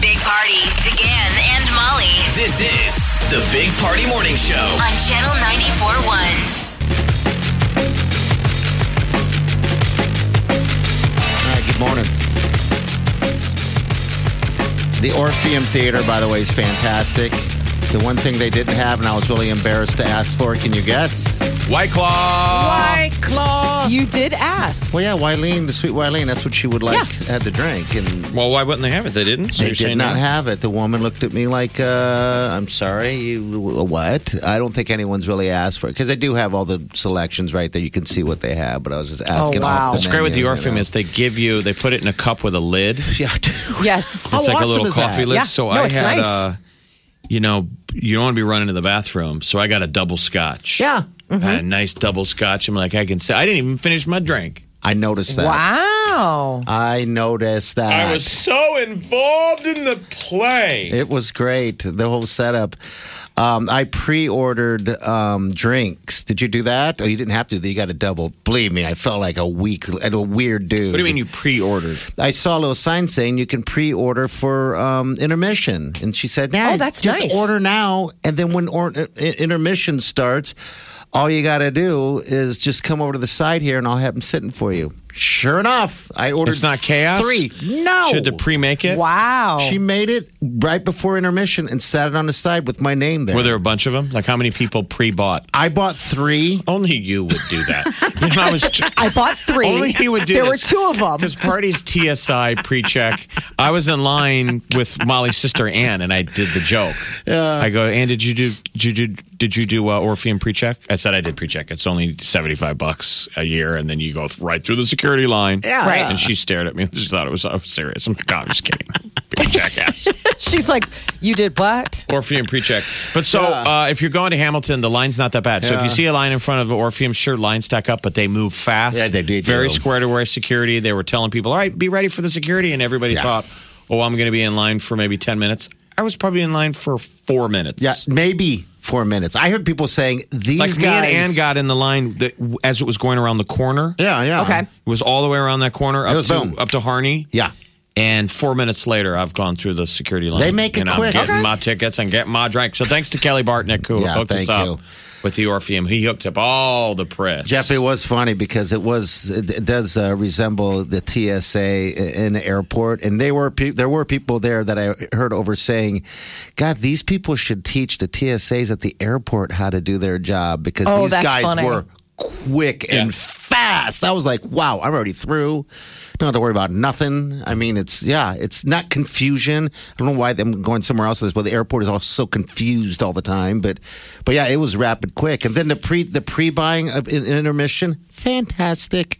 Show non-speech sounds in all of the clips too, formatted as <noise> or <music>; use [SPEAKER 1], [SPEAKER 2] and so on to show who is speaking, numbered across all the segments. [SPEAKER 1] Big Party, DeGan and Molly
[SPEAKER 2] This is the Big Party Morning Show.
[SPEAKER 1] on Channel 94.1.
[SPEAKER 3] All right, good morning. The Orpheum Theater, by the way, is fantastic. The one thing they didn't have, and I was really embarrassed to ask for, can you guess?
[SPEAKER 4] White Claw.
[SPEAKER 3] White Claw.
[SPEAKER 5] You did ask.
[SPEAKER 3] Well, yeah, Wileen, the sweet Wileen, that's what she would like had to drink, and
[SPEAKER 4] Well, why wouldn't they have it? They didn't. So
[SPEAKER 3] they
[SPEAKER 4] you're
[SPEAKER 3] did
[SPEAKER 4] saying
[SPEAKER 3] not
[SPEAKER 4] no?
[SPEAKER 3] have it. The woman looked at me like, uh, "I'm sorry, you what?" I don't think anyone's really asked for it because they do have all the selections right there. You can see what they have, but I was just asking.
[SPEAKER 5] wow.
[SPEAKER 3] off the
[SPEAKER 4] What's Oh, great with the
[SPEAKER 3] menu,
[SPEAKER 4] Orpheum
[SPEAKER 3] you know?
[SPEAKER 4] is they give you, they put it in a cup with a lid. It's
[SPEAKER 3] <laughs> yeah,
[SPEAKER 5] Yes.
[SPEAKER 3] How
[SPEAKER 4] like a
[SPEAKER 3] awesome
[SPEAKER 4] little
[SPEAKER 3] is that?
[SPEAKER 4] coffee lid.
[SPEAKER 5] Yeah.
[SPEAKER 4] So
[SPEAKER 5] No,
[SPEAKER 4] I
[SPEAKER 5] it's
[SPEAKER 4] had,
[SPEAKER 5] nice.
[SPEAKER 4] uh, you know, you don't want to be running to the bathroom. So I got a double scotch.
[SPEAKER 3] yeah. mm-hmm.
[SPEAKER 4] I had a nice double scotch. I'm like, I can say, I didn't even finish my drink.
[SPEAKER 3] I noticed that.
[SPEAKER 5] Wow.
[SPEAKER 3] I noticed that.
[SPEAKER 4] I was so involved in the play.
[SPEAKER 3] It was great. The whole setup. Um, I pre-ordered um, drinks. Did you do that? Oh, you didn't have to. You got a double. Believe me, I felt like a weak, a weird dude.
[SPEAKER 4] what do you mean you pre-ordered?
[SPEAKER 3] I saw a little sign saying you can pre-order for um, intermission, and she said, "Nah,
[SPEAKER 5] Oh, that's
[SPEAKER 3] just
[SPEAKER 5] nice.
[SPEAKER 3] order now, and then when or- uh, i- intermission starts, all you got to do is just come over to the side here, and I'll have them sitting for you." Sure enough, I ordered.
[SPEAKER 4] It's not chaos?
[SPEAKER 3] Three. No.
[SPEAKER 4] Should the pre-make it?
[SPEAKER 5] Wow.
[SPEAKER 3] She made it right before intermission and sat it on the side with my name there.
[SPEAKER 4] Were there a bunch of them? Like how many people pre-bought?
[SPEAKER 3] I bought three.
[SPEAKER 4] Only you would do that. you know, I was.
[SPEAKER 5] I bought three.
[SPEAKER 4] Only he would do
[SPEAKER 5] There
[SPEAKER 4] this.
[SPEAKER 5] were two of them.
[SPEAKER 4] Because parties TSI pre-check. I was in line with Molly's sister Ann, and I did the joke. I go, Ann, did you do? Did you do? Did you do uh, Orpheum pre-check? I said I did pre-check. It's only seventy-five bucks a year, and then you go right through the security line.
[SPEAKER 3] Yeah. Right.
[SPEAKER 4] And she stared at me. <laughs> She thought it was I was serious. I'm like, God, I'm just kidding. Being a jackass.
[SPEAKER 5] <laughs> She's like, you did what?
[SPEAKER 4] Orpheum pre-check. But so uh, if you're going to Hamilton, the line's not that bad. So if you
[SPEAKER 3] Yeah.
[SPEAKER 4] see a line in front of Orpheum, sure, lines stack up, but they move fast.
[SPEAKER 3] Yeah, they do,
[SPEAKER 4] Very
[SPEAKER 3] do.
[SPEAKER 4] square to where security. They were telling people, all right, be ready for the security. And everybody thought, oh, I'm going to be in line for maybe 10 minutes. I was probably in line for four minutes.
[SPEAKER 3] Yeah, maybe four minutes. I heard people saying these
[SPEAKER 4] Like
[SPEAKER 3] guys.
[SPEAKER 4] me and Ann got in the line that, as it was going around the corner.
[SPEAKER 3] Yeah, yeah.
[SPEAKER 5] Okay.
[SPEAKER 4] It was all the way around that corner up
[SPEAKER 3] was
[SPEAKER 4] to
[SPEAKER 3] boom.
[SPEAKER 4] up to Harney.
[SPEAKER 3] Yeah.
[SPEAKER 4] And four minutes later, I've gone through the security line.
[SPEAKER 3] They make it
[SPEAKER 4] and
[SPEAKER 3] quick.
[SPEAKER 4] I'm getting
[SPEAKER 3] Okay.
[SPEAKER 4] my tickets and getting my drink. So thanks to Kelly Bartnick who
[SPEAKER 3] Yeah,
[SPEAKER 4] hooked us
[SPEAKER 3] thank
[SPEAKER 4] up
[SPEAKER 3] you.
[SPEAKER 4] with the Orpheum. He hooked up all the press.
[SPEAKER 3] Jeff, it was funny because it was it it does uh, resemble the TSA in the airport, and they were pe- there were people there that I heard over saying, "God, these people should teach the TSAs at the airport how to do their job because
[SPEAKER 5] Oh,
[SPEAKER 3] these
[SPEAKER 5] that's
[SPEAKER 3] guys
[SPEAKER 5] funny.
[SPEAKER 3] were quick and fast." I was like, "Wow, I'm already through. Don't have to worry about nothing." I mean, it's yeah, it's not confusion. I don't know why I'm going somewhere else with this, but the airport is all so confused all the time. But but yeah, it was rapid, quick, and then the pre the pre buying of in, intermission, fantastic.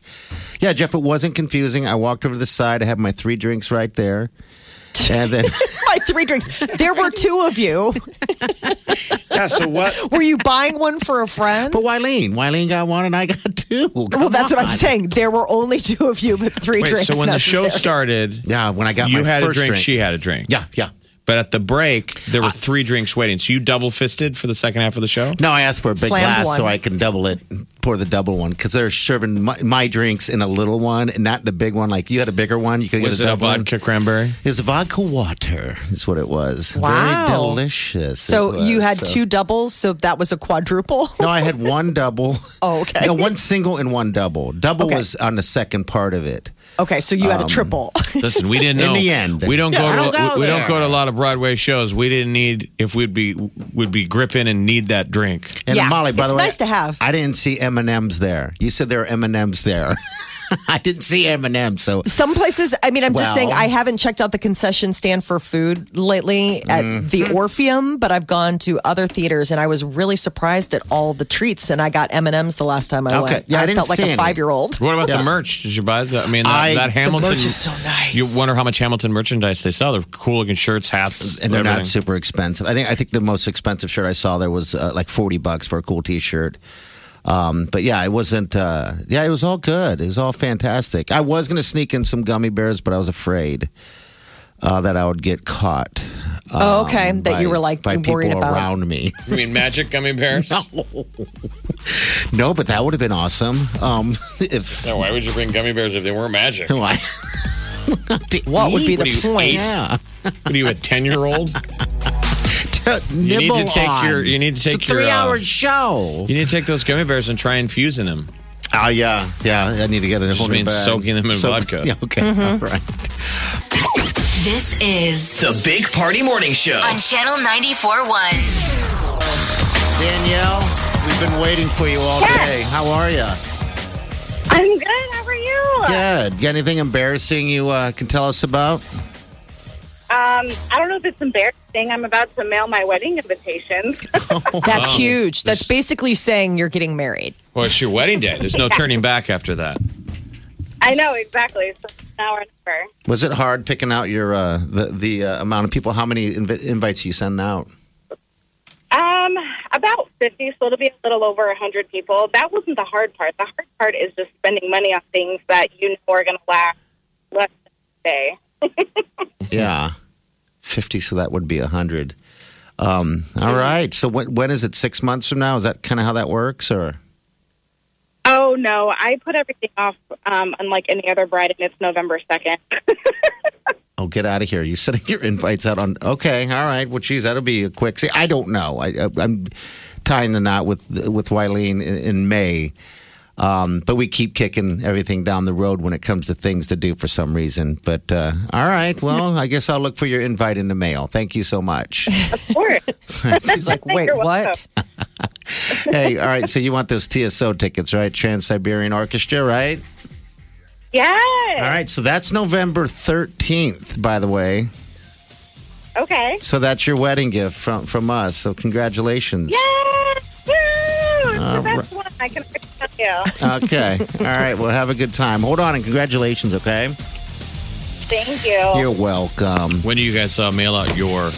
[SPEAKER 3] Yeah, Jeff, it wasn't confusing. I walked over to the side. I had my three drinks right there, and
[SPEAKER 5] <laughs>
[SPEAKER 3] then.
[SPEAKER 5] My three drinks. There were two of you.
[SPEAKER 4] Yeah, so
[SPEAKER 3] <laughs>
[SPEAKER 4] what?
[SPEAKER 5] Were you buying one for a friend?
[SPEAKER 3] But Wileen, Wileen got one and I got two.
[SPEAKER 5] well,
[SPEAKER 3] Come
[SPEAKER 5] that's what I'm
[SPEAKER 3] on.
[SPEAKER 5] saying. There were only two of you, but three
[SPEAKER 4] Wait,
[SPEAKER 5] drinks.
[SPEAKER 4] so when the show
[SPEAKER 5] necessary.
[SPEAKER 4] started,
[SPEAKER 3] Yeah, when I got
[SPEAKER 4] you
[SPEAKER 3] my
[SPEAKER 4] had a
[SPEAKER 3] first
[SPEAKER 4] drink, Uh, she had a drink.
[SPEAKER 3] Yeah, yeah.
[SPEAKER 4] But at the break, there were three drinks waiting. So you double fisted for the second half of the show?
[SPEAKER 3] No, I asked for a big
[SPEAKER 5] Slammed
[SPEAKER 3] glass
[SPEAKER 5] one.
[SPEAKER 3] so I can double it, pour the double one because they're serving my, my drinks in a little one and not the big one. Like you had a bigger one, you could
[SPEAKER 4] Was it
[SPEAKER 3] get a
[SPEAKER 4] a
[SPEAKER 3] double
[SPEAKER 4] vodka cranberry?
[SPEAKER 3] One. It was vodka water. Is what it was.
[SPEAKER 5] Wow.
[SPEAKER 3] very delicious.
[SPEAKER 5] So
[SPEAKER 3] it was, uh,
[SPEAKER 5] you had
[SPEAKER 3] so-
[SPEAKER 5] two doubles, so that was a quadruple.
[SPEAKER 3] No, I had one double.
[SPEAKER 5] <laughs> Oh, okay.
[SPEAKER 3] No, one single and one double. Double
[SPEAKER 5] Okay.
[SPEAKER 3] was on the second part of it.
[SPEAKER 5] Okay, so you had
[SPEAKER 3] Um,
[SPEAKER 5] a triple. <laughs>
[SPEAKER 4] Listen, we didn't
[SPEAKER 3] <laughs> In
[SPEAKER 4] know.
[SPEAKER 3] the end.
[SPEAKER 4] we don't go
[SPEAKER 3] Yeah, I
[SPEAKER 4] to
[SPEAKER 3] don't go
[SPEAKER 4] we, we don't go
[SPEAKER 3] there.
[SPEAKER 4] to a lot of Broadway shows. We didn't need if we'd be would be gripping and need that drink.
[SPEAKER 3] And
[SPEAKER 5] Yeah,
[SPEAKER 3] Molly, by
[SPEAKER 5] it's
[SPEAKER 3] the way,
[SPEAKER 5] nice to have.
[SPEAKER 3] I didn't see M and M's there. <laughs> You said there were M and M's there. I didn't see M&M, so
[SPEAKER 5] Some places, I mean, I'm just saying
[SPEAKER 3] Well.
[SPEAKER 5] I haven't checked out the concession stand for food lately at
[SPEAKER 3] Mm.
[SPEAKER 5] the Orpheum, but I've gone to other theaters and I was really surprised at all the treats. And I got M and M's the last time I
[SPEAKER 3] Okay.
[SPEAKER 5] went.
[SPEAKER 3] Yeah, I didn't
[SPEAKER 5] felt like
[SPEAKER 3] see
[SPEAKER 5] a
[SPEAKER 3] any.
[SPEAKER 5] five year old.
[SPEAKER 4] What about
[SPEAKER 3] Yeah.
[SPEAKER 4] the merch? Did you buy the, I mean, that,
[SPEAKER 3] I-
[SPEAKER 4] that
[SPEAKER 3] The
[SPEAKER 4] Hamilton.
[SPEAKER 5] merch is so nice.
[SPEAKER 4] You wonder how much Hamilton merchandise they sell. They're cool looking shirts, hats,
[SPEAKER 3] and they're not
[SPEAKER 4] everything.
[SPEAKER 3] super expensive. I think I think the most expensive shirt I saw there was uh, like forty bucks for a cool T-shirt. Um, but yeah, it wasn't. Uh, yeah, it was all good. It was all fantastic. I was going to sneak in some gummy bears, but I was afraid uh, that I would get caught.
[SPEAKER 5] Oh, okay, that
[SPEAKER 3] Um, by-
[SPEAKER 5] you were like
[SPEAKER 3] by
[SPEAKER 5] worried
[SPEAKER 3] people
[SPEAKER 5] about.
[SPEAKER 3] around me. <laughs>
[SPEAKER 4] I mean, magic gummy <laughs> bears.
[SPEAKER 3] no, but that would have been awesome. Um, <laughs> if
[SPEAKER 4] No, why would you bring gummy bears if they weren't magic? What
[SPEAKER 3] I, <laughs>
[SPEAKER 5] What would be the
[SPEAKER 4] are you,
[SPEAKER 5] point?
[SPEAKER 4] eight?
[SPEAKER 3] yeah,
[SPEAKER 4] What are you, a 10 year old?
[SPEAKER 3] you
[SPEAKER 4] need to take your- you need to
[SPEAKER 3] it's
[SPEAKER 4] take
[SPEAKER 3] a
[SPEAKER 4] your, uh,
[SPEAKER 3] three-hour show.
[SPEAKER 4] You need to take those gummy bears and try infusing them.
[SPEAKER 3] Oh yeah, yeah. I need to get it.
[SPEAKER 4] Just means soaking them in vodka.
[SPEAKER 3] <laughs> Yeah, okay, all right.
[SPEAKER 1] This is
[SPEAKER 2] The Big Party Morning Show.
[SPEAKER 1] on Channel 94.1.
[SPEAKER 3] Danielle, we've been waiting for you all
[SPEAKER 6] Yes.
[SPEAKER 3] day. How are you?
[SPEAKER 6] I'm good. How are you?
[SPEAKER 3] Good. Got anything embarrassing you uh, can tell us about?
[SPEAKER 6] Um, I don't know if it's embarrassing. I'm about to mail my wedding invitations.
[SPEAKER 5] That's huge. That's basically saying you're getting married.
[SPEAKER 4] Well, it's your wedding day. There's no turning back after that.
[SPEAKER 6] <laughs> I know exactly. So now or never.
[SPEAKER 3] Was it hard picking out your uh, the the uh, amount of people? How many inv- invites you send out?
[SPEAKER 6] Um, about 50, so it'll be a little over 100 people. That wasn't the hard part. The hard part is just spending money on things that you know are going to last less than a day.
[SPEAKER 4] Mm-hmm.
[SPEAKER 3] Yeah, fifty. So that would be hundred. Um, all right. So when when is it? Six months from now? Is that kind of how that works? Or
[SPEAKER 6] Oh, no. I put everything off, um, unlike any other bride, and it's November 2nd.
[SPEAKER 3] oh, get out of here! You sending <laughs> your invites out on? Okay, all right. Well, geez, that'll be a quick. See, I don't know. I, I, I'm tying the knot with with Wileen in, in May. Um, but we keep kicking everything down the road when it comes to things to do for some reason. But uh, all right, well, I guess I'll look for your invite in the mail. Thank you so much. <laughs>
[SPEAKER 6] Of course.
[SPEAKER 5] He's like, wait,
[SPEAKER 6] You're
[SPEAKER 5] what?
[SPEAKER 3] hey, all right. So you want those TSO tickets, right? Trans Siberian Orchestra, right?
[SPEAKER 6] Yes.
[SPEAKER 3] All right. So that's November thirteenth, by the way.
[SPEAKER 6] Okay.
[SPEAKER 3] So that's your wedding gift from from us. So congratulations.
[SPEAKER 6] Yes. Woo! It's the
[SPEAKER 3] All
[SPEAKER 6] best one. I can tell you.
[SPEAKER 5] <laughs>
[SPEAKER 3] Okay. All right. Well, have a good time. Hold on and congratulations. Okay.
[SPEAKER 6] Thank you.
[SPEAKER 5] Oh.
[SPEAKER 3] You're welcome.
[SPEAKER 4] When do you guys uh, mail out your.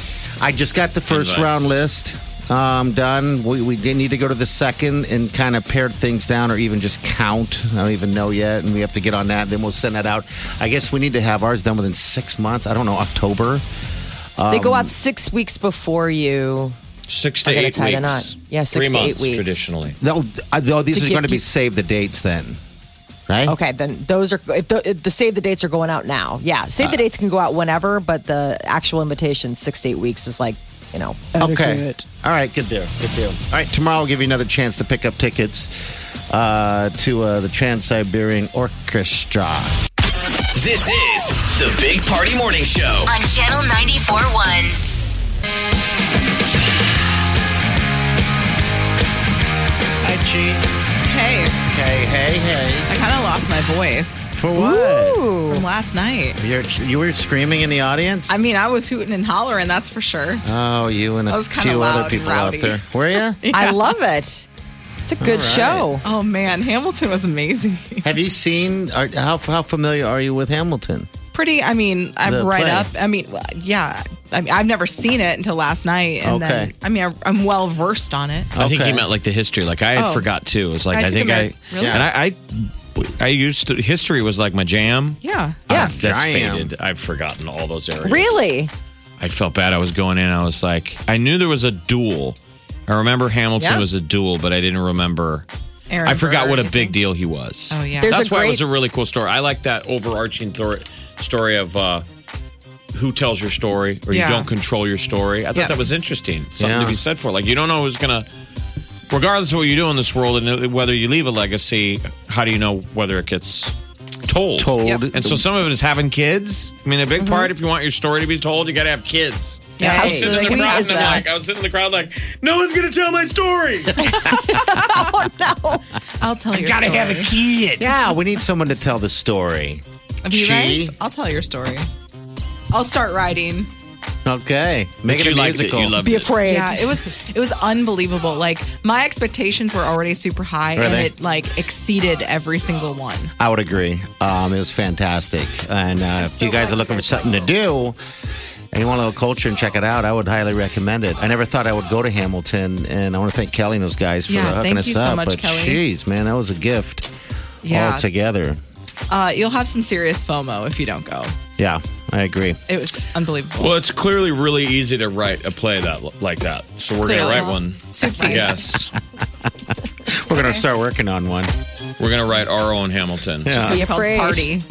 [SPEAKER 3] I just got the first
[SPEAKER 4] Invites.
[SPEAKER 3] round list um, done. We, we did need to go to the second and kind of pare things down or even just count. I don't even know yet. And we have to get on that. Then we'll send that out. I guess we need to have ours done within six months. I don't know, October.
[SPEAKER 5] they go out six weeks before you.
[SPEAKER 4] Six to
[SPEAKER 5] I gotta
[SPEAKER 4] eight
[SPEAKER 5] tie
[SPEAKER 4] weeks.
[SPEAKER 5] the knot. Yeah,
[SPEAKER 4] Three
[SPEAKER 5] six to eight
[SPEAKER 4] months,
[SPEAKER 5] weeks.
[SPEAKER 4] traditionally.
[SPEAKER 3] Though, I- though uh, these
[SPEAKER 5] To
[SPEAKER 3] are
[SPEAKER 5] get
[SPEAKER 3] going to be
[SPEAKER 5] peop-
[SPEAKER 3] save the dates then, right?
[SPEAKER 5] Okay, then those are if the, if the save the dates are going out now. Yeah, save the dates can go out whenever, but the actual invitation six to eight weeks is like you know.
[SPEAKER 3] Okay.
[SPEAKER 5] etiquette.
[SPEAKER 3] All right. Good deal. Good deal. All right. Tomorrow we'll give you another chance to pick up tickets uh, to uh, the Trans Siberian Orchestra.
[SPEAKER 2] This is the Big Party Morning Show.
[SPEAKER 1] On Channel 94.1.
[SPEAKER 3] Hi, Chi.
[SPEAKER 7] Hey,
[SPEAKER 3] Hey, hey, hey.
[SPEAKER 7] I kind of lost my voice
[SPEAKER 3] For what?
[SPEAKER 5] Ooh.
[SPEAKER 7] from last night.
[SPEAKER 3] You're, you were screaming in the audience?
[SPEAKER 7] I mean, I was hooting and hollering, that's for sure.
[SPEAKER 3] oh, you and a
[SPEAKER 7] I was kinda
[SPEAKER 3] few
[SPEAKER 7] loud
[SPEAKER 3] other
[SPEAKER 7] and
[SPEAKER 3] people out
[SPEAKER 7] rowdy.
[SPEAKER 3] there. Were
[SPEAKER 7] <laughs>
[SPEAKER 3] you?
[SPEAKER 5] I love it. It's a good show.
[SPEAKER 7] Oh man, Hamilton was amazing. <laughs>
[SPEAKER 3] Have you seen, are, how, how familiar are you with Hamilton?
[SPEAKER 7] Pretty. I mean, I'm
[SPEAKER 3] The
[SPEAKER 7] right
[SPEAKER 3] play.
[SPEAKER 7] up. I mean, well, yeah. I mean, I've never seen it until last night, and
[SPEAKER 3] Okay. Uh,
[SPEAKER 7] then I mean, I, I'm well versed on it.
[SPEAKER 4] I think he
[SPEAKER 3] Okay.
[SPEAKER 4] meant like the history. Like I had
[SPEAKER 7] Oh.
[SPEAKER 4] forgot too. It was like
[SPEAKER 7] I
[SPEAKER 4] I,
[SPEAKER 7] took
[SPEAKER 4] think
[SPEAKER 7] a
[SPEAKER 4] I
[SPEAKER 7] minute. Really?
[SPEAKER 4] and I, I I used to history was like my jam.
[SPEAKER 7] Yeah.
[SPEAKER 3] uh,
[SPEAKER 5] Yeah.
[SPEAKER 4] I've- that's
[SPEAKER 3] I am.
[SPEAKER 4] faded. I've forgotten all those areas.
[SPEAKER 5] Really?
[SPEAKER 4] I felt bad. I was going in. I was like, I knew there was a duel. I remember Hamilton
[SPEAKER 7] Yeah.
[SPEAKER 4] was a duel, but I didn't remember.
[SPEAKER 7] Aaron
[SPEAKER 4] I forgot
[SPEAKER 7] Burr,
[SPEAKER 4] what a
[SPEAKER 7] I
[SPEAKER 4] big
[SPEAKER 7] think.
[SPEAKER 4] deal he was.
[SPEAKER 7] Oh yeah.
[SPEAKER 5] There's
[SPEAKER 4] that's
[SPEAKER 5] a
[SPEAKER 4] why
[SPEAKER 5] great-
[SPEAKER 4] it was a really cool story. I like that overarching thor- story of uh, who tells your story or
[SPEAKER 7] Yeah.
[SPEAKER 4] you don't control your story. I thought
[SPEAKER 7] Yeah.
[SPEAKER 4] that was interesting. Something
[SPEAKER 3] Yeah.
[SPEAKER 4] to be said for. Like you don't know who's gonna. uh, Regardless of what you do in this world and whether you leave a legacy, how do you know whether it gets told.
[SPEAKER 3] Told. Yep.
[SPEAKER 4] And so some of it is having kids. I mean, a big part, if you want your story to be told, you got to have kids. I
[SPEAKER 5] Yeah, how
[SPEAKER 4] was sitting in the
[SPEAKER 5] sweet
[SPEAKER 4] crowd
[SPEAKER 5] is
[SPEAKER 4] and I'm
[SPEAKER 5] that?
[SPEAKER 3] <laughs>
[SPEAKER 4] like, I was sitting in the crowd like, no one's going to tell my story.
[SPEAKER 7] I'll tell your story.
[SPEAKER 4] kid.
[SPEAKER 3] Yeah, we need someone to tell the story.
[SPEAKER 7] Of you
[SPEAKER 3] She-
[SPEAKER 7] guys, I'll tell your story. I'll start writing.
[SPEAKER 3] Okay, make
[SPEAKER 4] You
[SPEAKER 3] it a
[SPEAKER 4] liked it.
[SPEAKER 3] musical.
[SPEAKER 4] You loved
[SPEAKER 5] Be
[SPEAKER 4] it.
[SPEAKER 5] afraid.
[SPEAKER 7] Yeah, it was it was unbelievable. Like my expectations were already super high,
[SPEAKER 3] Were
[SPEAKER 7] and
[SPEAKER 3] they?
[SPEAKER 7] it like exceeded every single one.
[SPEAKER 3] I would agree. Um, it was fantastic, and uh, if you guys are looking for something to do. And you want a little culture and check it out, I would highly recommend it. I never thought I would go to Hamilton, and I want to thank Kelly and those guys for
[SPEAKER 7] Yeah,
[SPEAKER 3] hooking
[SPEAKER 7] thank
[SPEAKER 3] us
[SPEAKER 7] you so
[SPEAKER 3] up.
[SPEAKER 7] much,
[SPEAKER 3] but
[SPEAKER 7] Kelly.
[SPEAKER 3] jeez, man, that was a gift
[SPEAKER 7] Yeah,
[SPEAKER 3] altogether.
[SPEAKER 7] uh, you'll have some serious FOMO if you don't go.
[SPEAKER 3] Yeah, I agree.
[SPEAKER 7] It was unbelievable.
[SPEAKER 4] Well, it's clearly really easy to write a play that like that. So we're going to
[SPEAKER 7] Clearly.
[SPEAKER 4] write one.
[SPEAKER 7] Soupsies.
[SPEAKER 4] Yes.
[SPEAKER 3] We're going to start working on one.
[SPEAKER 4] We're going to write our own Hamilton. Yeah.
[SPEAKER 5] Be
[SPEAKER 7] Called
[SPEAKER 5] afraid.
[SPEAKER 7] party.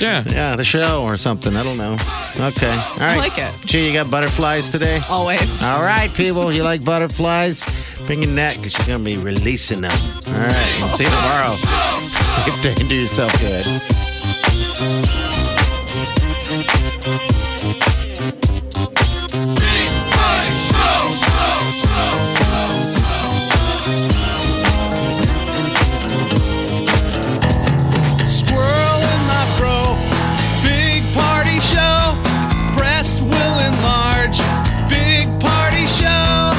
[SPEAKER 3] Yeah, yeah, the show or something. I don't know. Okay, all right.
[SPEAKER 7] like it.
[SPEAKER 3] Gee, you got butterflies today?
[SPEAKER 7] Always.
[SPEAKER 3] All right, people, you like butterflies? Bring your net because she's going to be releasing them. All right, we'll see you tomorrow. <laughs> Safe day and do yourself good.
[SPEAKER 8] Squirrel in my fro. Big party show. Breast will enlarge. Big party show.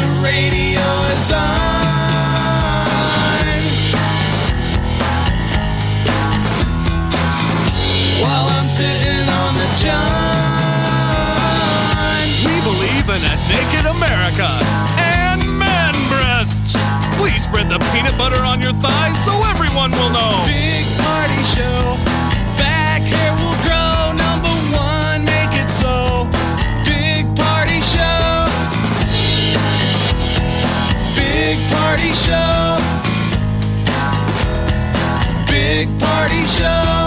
[SPEAKER 8] The radio is on. While I'm sitting on the john.
[SPEAKER 9] We believe in a naked America and man breasts. Please spread the peanut butter on your thighs so everyone will know.
[SPEAKER 8] Big party show. Back hair will grow. Number one, make it so. Big party show. Big party show. Big party show.